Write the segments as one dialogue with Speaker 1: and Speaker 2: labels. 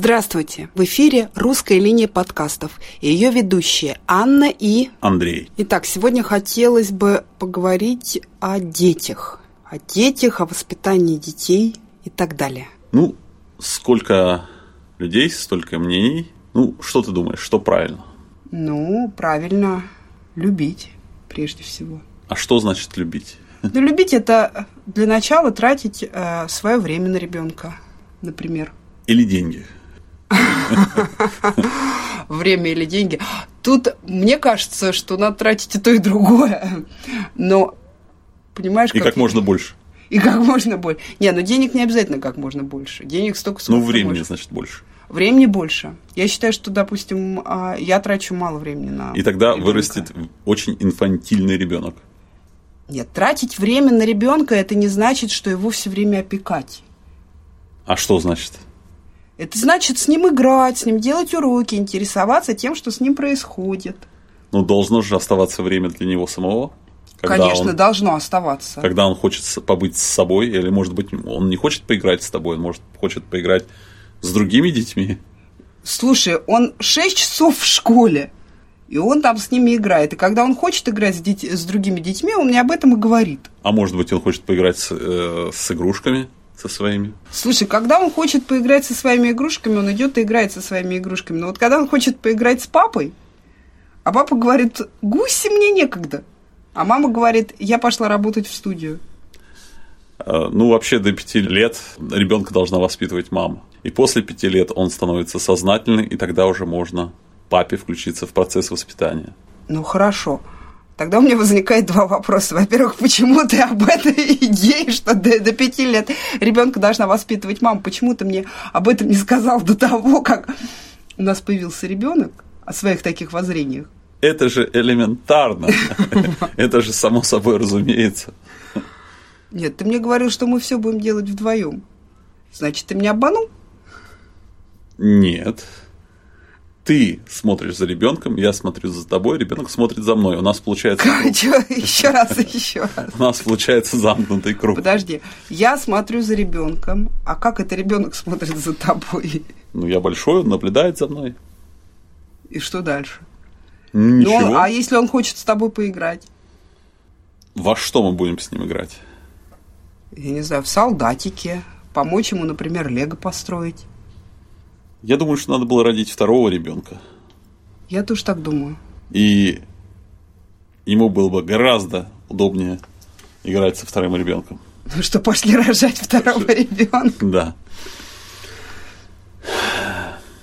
Speaker 1: Здравствуйте! В эфире «Русская линия подкастов» и ее ведущие Анна и...
Speaker 2: Андрей.
Speaker 1: Итак, сегодня хотелось бы поговорить о детях. О детях, о воспитании детей и так далее.
Speaker 2: Ну, сколько людей, столько мнений. Ну, что ты думаешь, что правильно?
Speaker 1: Ну, правильно, любить прежде всего.
Speaker 2: А что значит любить?
Speaker 1: Ну, любить – это для начала тратить э, свое время на ребенка, например.
Speaker 2: Или деньги?
Speaker 1: Время или деньги. Тут мне кажется, что надо тратить и то, и другое. Но, понимаешь,
Speaker 2: И как
Speaker 1: я-
Speaker 2: можно больше.
Speaker 1: И как можно больше. Не, ну денег не обязательно как можно больше. Денег столько,
Speaker 2: Ну,
Speaker 1: сколько ты
Speaker 2: времени,
Speaker 1: можешь.
Speaker 2: значит, больше.
Speaker 1: Времени больше. Я считаю, что, допустим, а, я трачу мало времени на...
Speaker 2: И тогда
Speaker 1: ребёнка.
Speaker 2: вырастет очень инфантильный ребенок.
Speaker 1: Нет, тратить время на ребенка, это не значит, что его все время опекать.
Speaker 2: А что значит?
Speaker 1: Это значит с ним играть, с ним делать уроки, интересоваться тем, что с ним происходит.
Speaker 2: Ну, должно же оставаться время для него самого. Когда
Speaker 1: Конечно,
Speaker 2: он,
Speaker 1: должно оставаться.
Speaker 2: Когда он хочет с- побыть с собой, или, может быть, он не хочет поиграть с тобой, он, может, хочет поиграть с другими детьми.
Speaker 1: Слушай, он 6 часов в школе, и он там с ними играет. И когда он хочет играть с, деть- с другими детьми, он мне об этом и говорит.
Speaker 2: А может быть, он хочет поиграть с, э, с игрушками со своими.
Speaker 1: Слушай, когда он хочет поиграть со своими игрушками, он идет и играет со своими игрушками. Но вот когда он хочет поиграть с папой, а папа говорит, гуси мне некогда. А мама говорит, я пошла работать в студию.
Speaker 2: Э, Ну, вообще до пяти лет ребенка должна воспитывать мама. И после пяти лет он становится сознательным, и тогда уже можно папе включиться в процесс воспитания.
Speaker 1: Ну хорошо. Тогда у меня возникает два вопроса. Во-первых, почему ты об этой идее, что до, до пяти лет ребенка должна воспитывать мама? Почему ты мне об этом не сказал до того, как у нас появился ребенок о своих таких воззрениях?
Speaker 2: Это же элементарно. Это же само собой разумеется.
Speaker 1: Нет, ты мне говорил, что мы все будем делать вдвоем. Значит, ты меня обманул?
Speaker 2: Нет. Ты смотришь за ребенком, я смотрю за тобой, ребенок смотрит за мной. У нас получается круг.
Speaker 1: Еще раз, еще раз.
Speaker 2: У нас получается замкнутый круг.
Speaker 1: Подожди, я смотрю за ребенком, а как это ребенок смотрит за тобой?
Speaker 2: Ну, я большой, он наблюдает за мной.
Speaker 1: И что дальше? Ну,
Speaker 2: Ничего.
Speaker 1: а если он хочет с тобой поиграть?
Speaker 2: Во что мы будем с ним играть?
Speaker 1: я не знаю, в солдатике, помочь ему, например, лего построить.
Speaker 2: Я думаю, что надо было родить второго ребенка.
Speaker 1: Я тоже так думаю.
Speaker 2: И ему было бы гораздо удобнее играть со вторым ребенком.
Speaker 1: Ну что, пошли рожать второго ребенка.
Speaker 2: Да.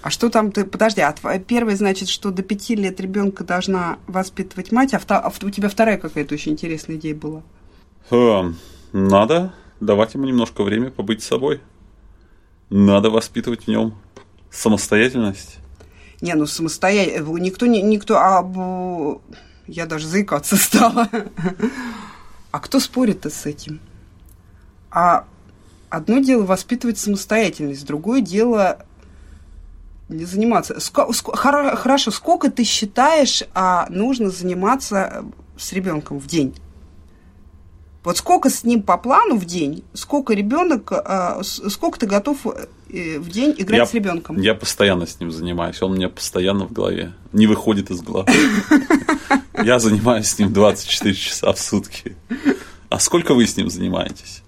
Speaker 1: А что там ты... Подожди, а тво- первое значит, что до пяти лет ребенка должна воспитывать мать, а, вто- а в- у тебя вторая какая-то очень интересная идея была.
Speaker 2: Эм, Надо давать ему немножко времени побыть с собой. Надо воспитывать в нем самостоятельность.
Speaker 1: Не, ну самостоятельно... Никто не... Никто... А, бу- я даже заикаться стала. А кто спорит-то с этим? А одно дело воспитывать самостоятельность, другое дело не заниматься. Ско- ско- хоро- хорошо, сколько ты считаешь, а, нужно заниматься э, с ребенком в день? Вот сколько с ним по плану в день, сколько ребенок, э, с- сколько ты готов э, в день играть
Speaker 2: Я-
Speaker 1: с ребенком?
Speaker 2: Я постоянно с ним занимаюсь. Он у меня постоянно в голове. Не выходит из головы. Я занимаюсь с ним 24 часа в сутки. А сколько вы с ним занимаетесь?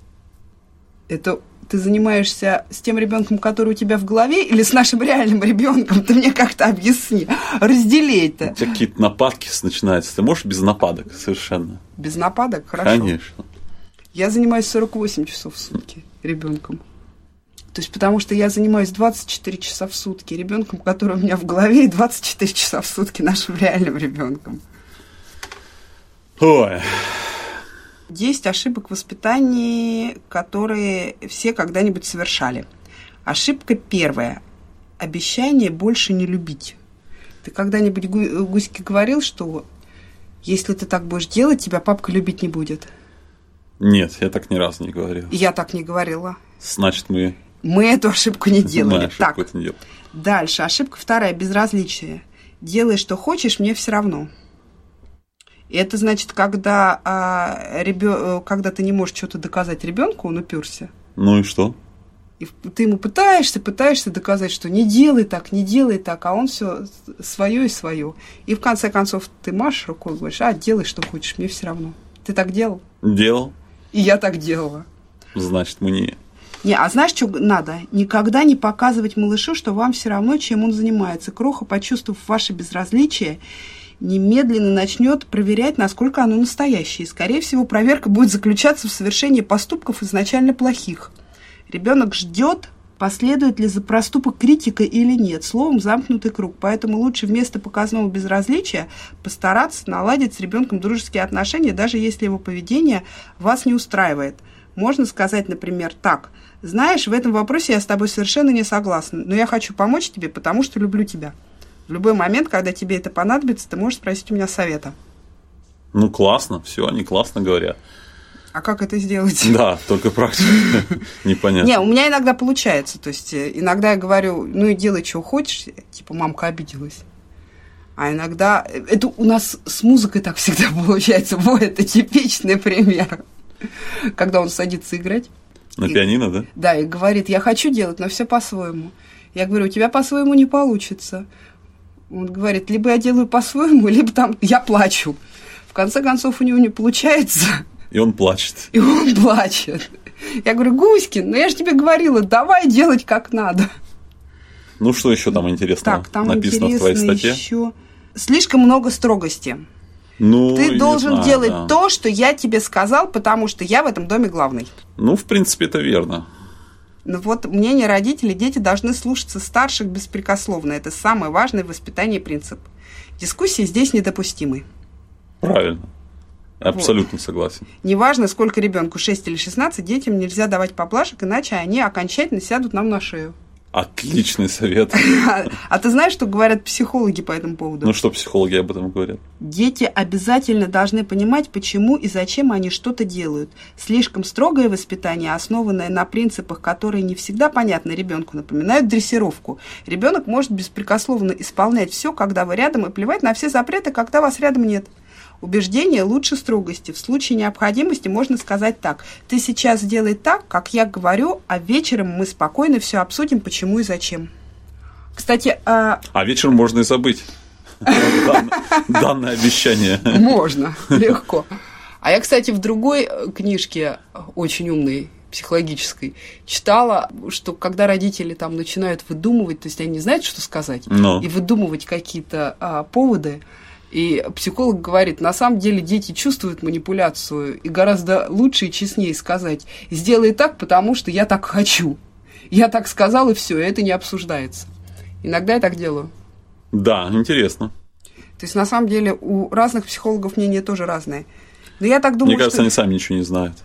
Speaker 1: Это ты занимаешься с тем ребенком, который у тебя в голове, или с нашим реальным ребенком? Ты мне как-то объясни. Раздели
Speaker 2: У
Speaker 1: это.
Speaker 2: тебя какие-то нападки начинаются. Ты можешь без нападок совершенно?
Speaker 1: Без нападок, хорошо.
Speaker 2: Конечно.
Speaker 1: Я занимаюсь 48 часов в сутки ребенком. То есть потому что я занимаюсь 24 часа в сутки ребенком, который у меня в голове, и 24 часа в сутки нашим реальным ребенком.
Speaker 2: Ой,
Speaker 1: 10 ошибок в воспитании, которые все когда-нибудь совершали. Ошибка первая. Обещание больше не любить. Ты когда-нибудь Гу- Гуське говорил, что если ты так будешь делать, тебя папка любить не будет?
Speaker 2: нет, я так ни разу не говорил.
Speaker 1: И я так не говорила.
Speaker 2: Значит, мы
Speaker 1: Мы эту ошибку не делали.
Speaker 2: знаешь,
Speaker 1: так,
Speaker 2: какое-то не дело.
Speaker 1: дальше. Ошибка вторая. Безразличие. Делай, что хочешь, мне все равно. И это значит, когда, а, ребё- э, когда ты не можешь что-то доказать ребенку, он уперся.
Speaker 2: Ну и что?
Speaker 1: И ты ему пытаешься, пытаешься доказать, что не делай так, не делай так, а он все свое и свое. И в конце концов ты машешь рукой, говоришь, а, делай, что хочешь, мне все равно. Ты так делал?
Speaker 2: Делал.
Speaker 1: И я так делала.
Speaker 2: Значит, мне.
Speaker 1: Не, а знаешь, что надо? Никогда не показывать малышу, что вам все равно, чем он занимается. Кроха, почувствовав ваше безразличие, немедленно начнет проверять, насколько оно настоящее. И, скорее всего, проверка будет заключаться в совершении поступков изначально плохих. Ребенок ждет, последует ли за проступок критика или нет. Словом, замкнутый круг. Поэтому лучше вместо показного безразличия постараться наладить с ребенком дружеские отношения, даже если его поведение вас не устраивает. Можно сказать, например, так. Знаешь, в этом вопросе я с тобой совершенно не согласна, но я хочу помочь тебе, потому что люблю тебя. В любой момент, когда тебе это понадобится, ты можешь спросить у меня совета.
Speaker 2: Ну, классно, все, они классно говорят.
Speaker 1: А как это сделать?
Speaker 2: Да, только практика. Непонятно.
Speaker 1: Не, у меня иногда получается. То есть э, иногда я говорю, ну и делай, что хочешь. Типа, мамка обиделась. А иногда... Это у нас с музыкой так всегда получается. Вот это типичный пример. Когда он садится играть.
Speaker 2: На и, пианино, да?
Speaker 1: Да, и говорит, я хочу делать, но все по-своему. Я говорю, у тебя по-своему не получится. Он говорит, либо я делаю по-своему, либо там я плачу. В конце концов, у него не получается.
Speaker 2: И он плачет.
Speaker 1: И он плачет. Я говорю, Гуськин, ну я же тебе говорила, давай делать как надо.
Speaker 2: Ну, что еще там интересного
Speaker 1: так, там
Speaker 2: написано в твоей статье?
Speaker 1: Еще... Слишком много строгости.
Speaker 2: Ну,
Speaker 1: Ты
Speaker 2: не
Speaker 1: должен
Speaker 2: знаю,
Speaker 1: делать
Speaker 2: да.
Speaker 1: то, что я тебе сказал, потому что я в этом доме главный.
Speaker 2: Ну, в принципе, это верно.
Speaker 1: Ну вот мнение родителей, дети должны слушаться старших беспрекословно. Это самый важный в воспитании принцип. Дискуссии здесь недопустимы.
Speaker 2: Правильно. Абсолютно согласен.
Speaker 1: Неважно, сколько ребенку, 6 или 16, детям нельзя давать поблажек, иначе они окончательно сядут нам на шею.
Speaker 2: Отличный совет.
Speaker 1: А, а ты знаешь, что говорят психологи по этому поводу?
Speaker 2: Ну что психологи об этом говорят?
Speaker 1: Дети обязательно должны понимать, почему и зачем они что-то делают. Слишком строгое воспитание, основанное на принципах, которые не всегда понятны ребенку, напоминают дрессировку. Ребенок может беспрекословно исполнять все, когда вы рядом, и плевать на все запреты, когда вас рядом нет. Убеждение лучше строгости. В случае необходимости можно сказать так. Ты сейчас сделай так, как я говорю, а вечером мы спокойно все обсудим, почему и зачем. Кстати, а,
Speaker 2: А вечером можно и забыть. Дан- Данное обещание.
Speaker 1: Можно, легко. А я, кстати, в другой э, книжке, э, очень умной, психологической, читала, что когда родители там начинают выдумывать, то есть они не знают, что сказать,
Speaker 2: Ну.
Speaker 1: и выдумывать какие-то а, поводы, и психолог говорит, на самом деле дети чувствуют манипуляцию, и гораздо лучше и честнее сказать, сделай так, потому что я так хочу. Я так сказал, и все, это не обсуждается. Иногда я так делаю.
Speaker 2: Да, интересно.
Speaker 1: То есть, на самом деле, у разных психологов мнения тоже разные. Но я так думаю,
Speaker 2: Мне кажется,
Speaker 1: что
Speaker 2: они сами ничего не знают.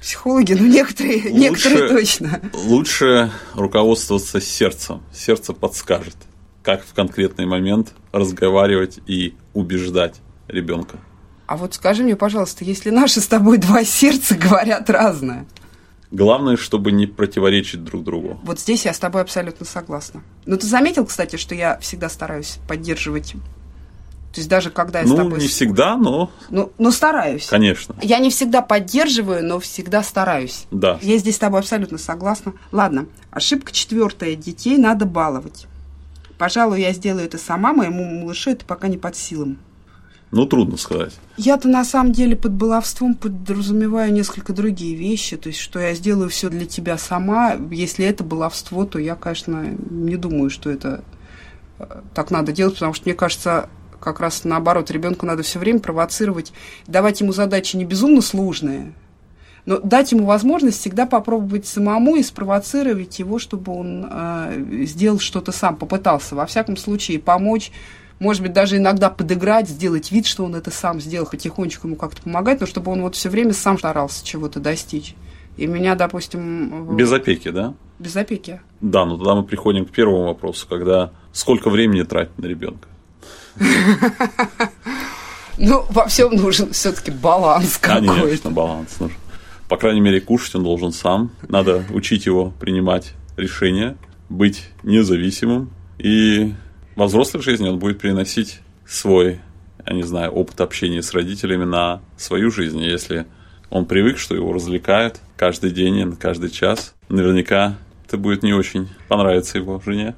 Speaker 1: психологи, ну, некоторые, некоторые точно.
Speaker 2: Лучше руководствоваться сердцем. Сердце подскажет, как в конкретный момент разговаривать и убеждать ребенка.
Speaker 1: А вот скажи мне, пожалуйста, если наши с тобой два сердца говорят разное,
Speaker 2: Главное, чтобы не противоречить друг другу.
Speaker 1: вот здесь я с тобой абсолютно согласна. Но ты заметил, кстати, что я всегда стараюсь поддерживать, то есть даже когда я с
Speaker 2: Ну,
Speaker 1: тобой...
Speaker 2: не всегда, но,
Speaker 1: Ну, ну, стараюсь.
Speaker 2: конечно,
Speaker 1: Я не всегда поддерживаю, но всегда стараюсь.
Speaker 2: да.
Speaker 1: Я здесь с тобой абсолютно согласна. Ладно, ошибка четвертая. Детей надо баловать. Пожалуй, я сделаю это сама, моему малышу это пока не под силам.
Speaker 2: Ну, трудно сказать.
Speaker 1: Я-то на самом деле под баловством подразумеваю несколько другие вещи. То есть, что я сделаю все для тебя сама. Если это баловство, то я, конечно, не думаю, что это э, так надо делать, потому что мне кажется, как раз наоборот, ребенку надо все время провоцировать, давать ему задачи не безумно сложные, но дать ему возможность всегда попробовать самому и спровоцировать его, чтобы он э, сделал что-то сам, попытался, во всяком случае, помочь, может быть, даже иногда подыграть, сделать вид, что он это сам сделал, потихонечку ему как-то помогать, но чтобы он вот все время сам старался чего-то достичь. И меня, допустим, в-
Speaker 2: Без опеки, да?
Speaker 1: без опеки.
Speaker 2: Да, но тогда мы приходим к первому вопросу, когда сколько времени тратить на ребенка?
Speaker 1: Ну, во всем нужен все-таки баланс какой-то.
Speaker 2: Конечно, баланс нужен. По крайней мере, кушать он должен сам. Надо учить его принимать решения, быть независимым. И во взрослой жизни он будет переносить свой, я не знаю, опыт общения с родителями на свою жизнь. И Если он привык, что его развлекают каждый день, и на каждый час, наверняка это будет не очень понравится его жене.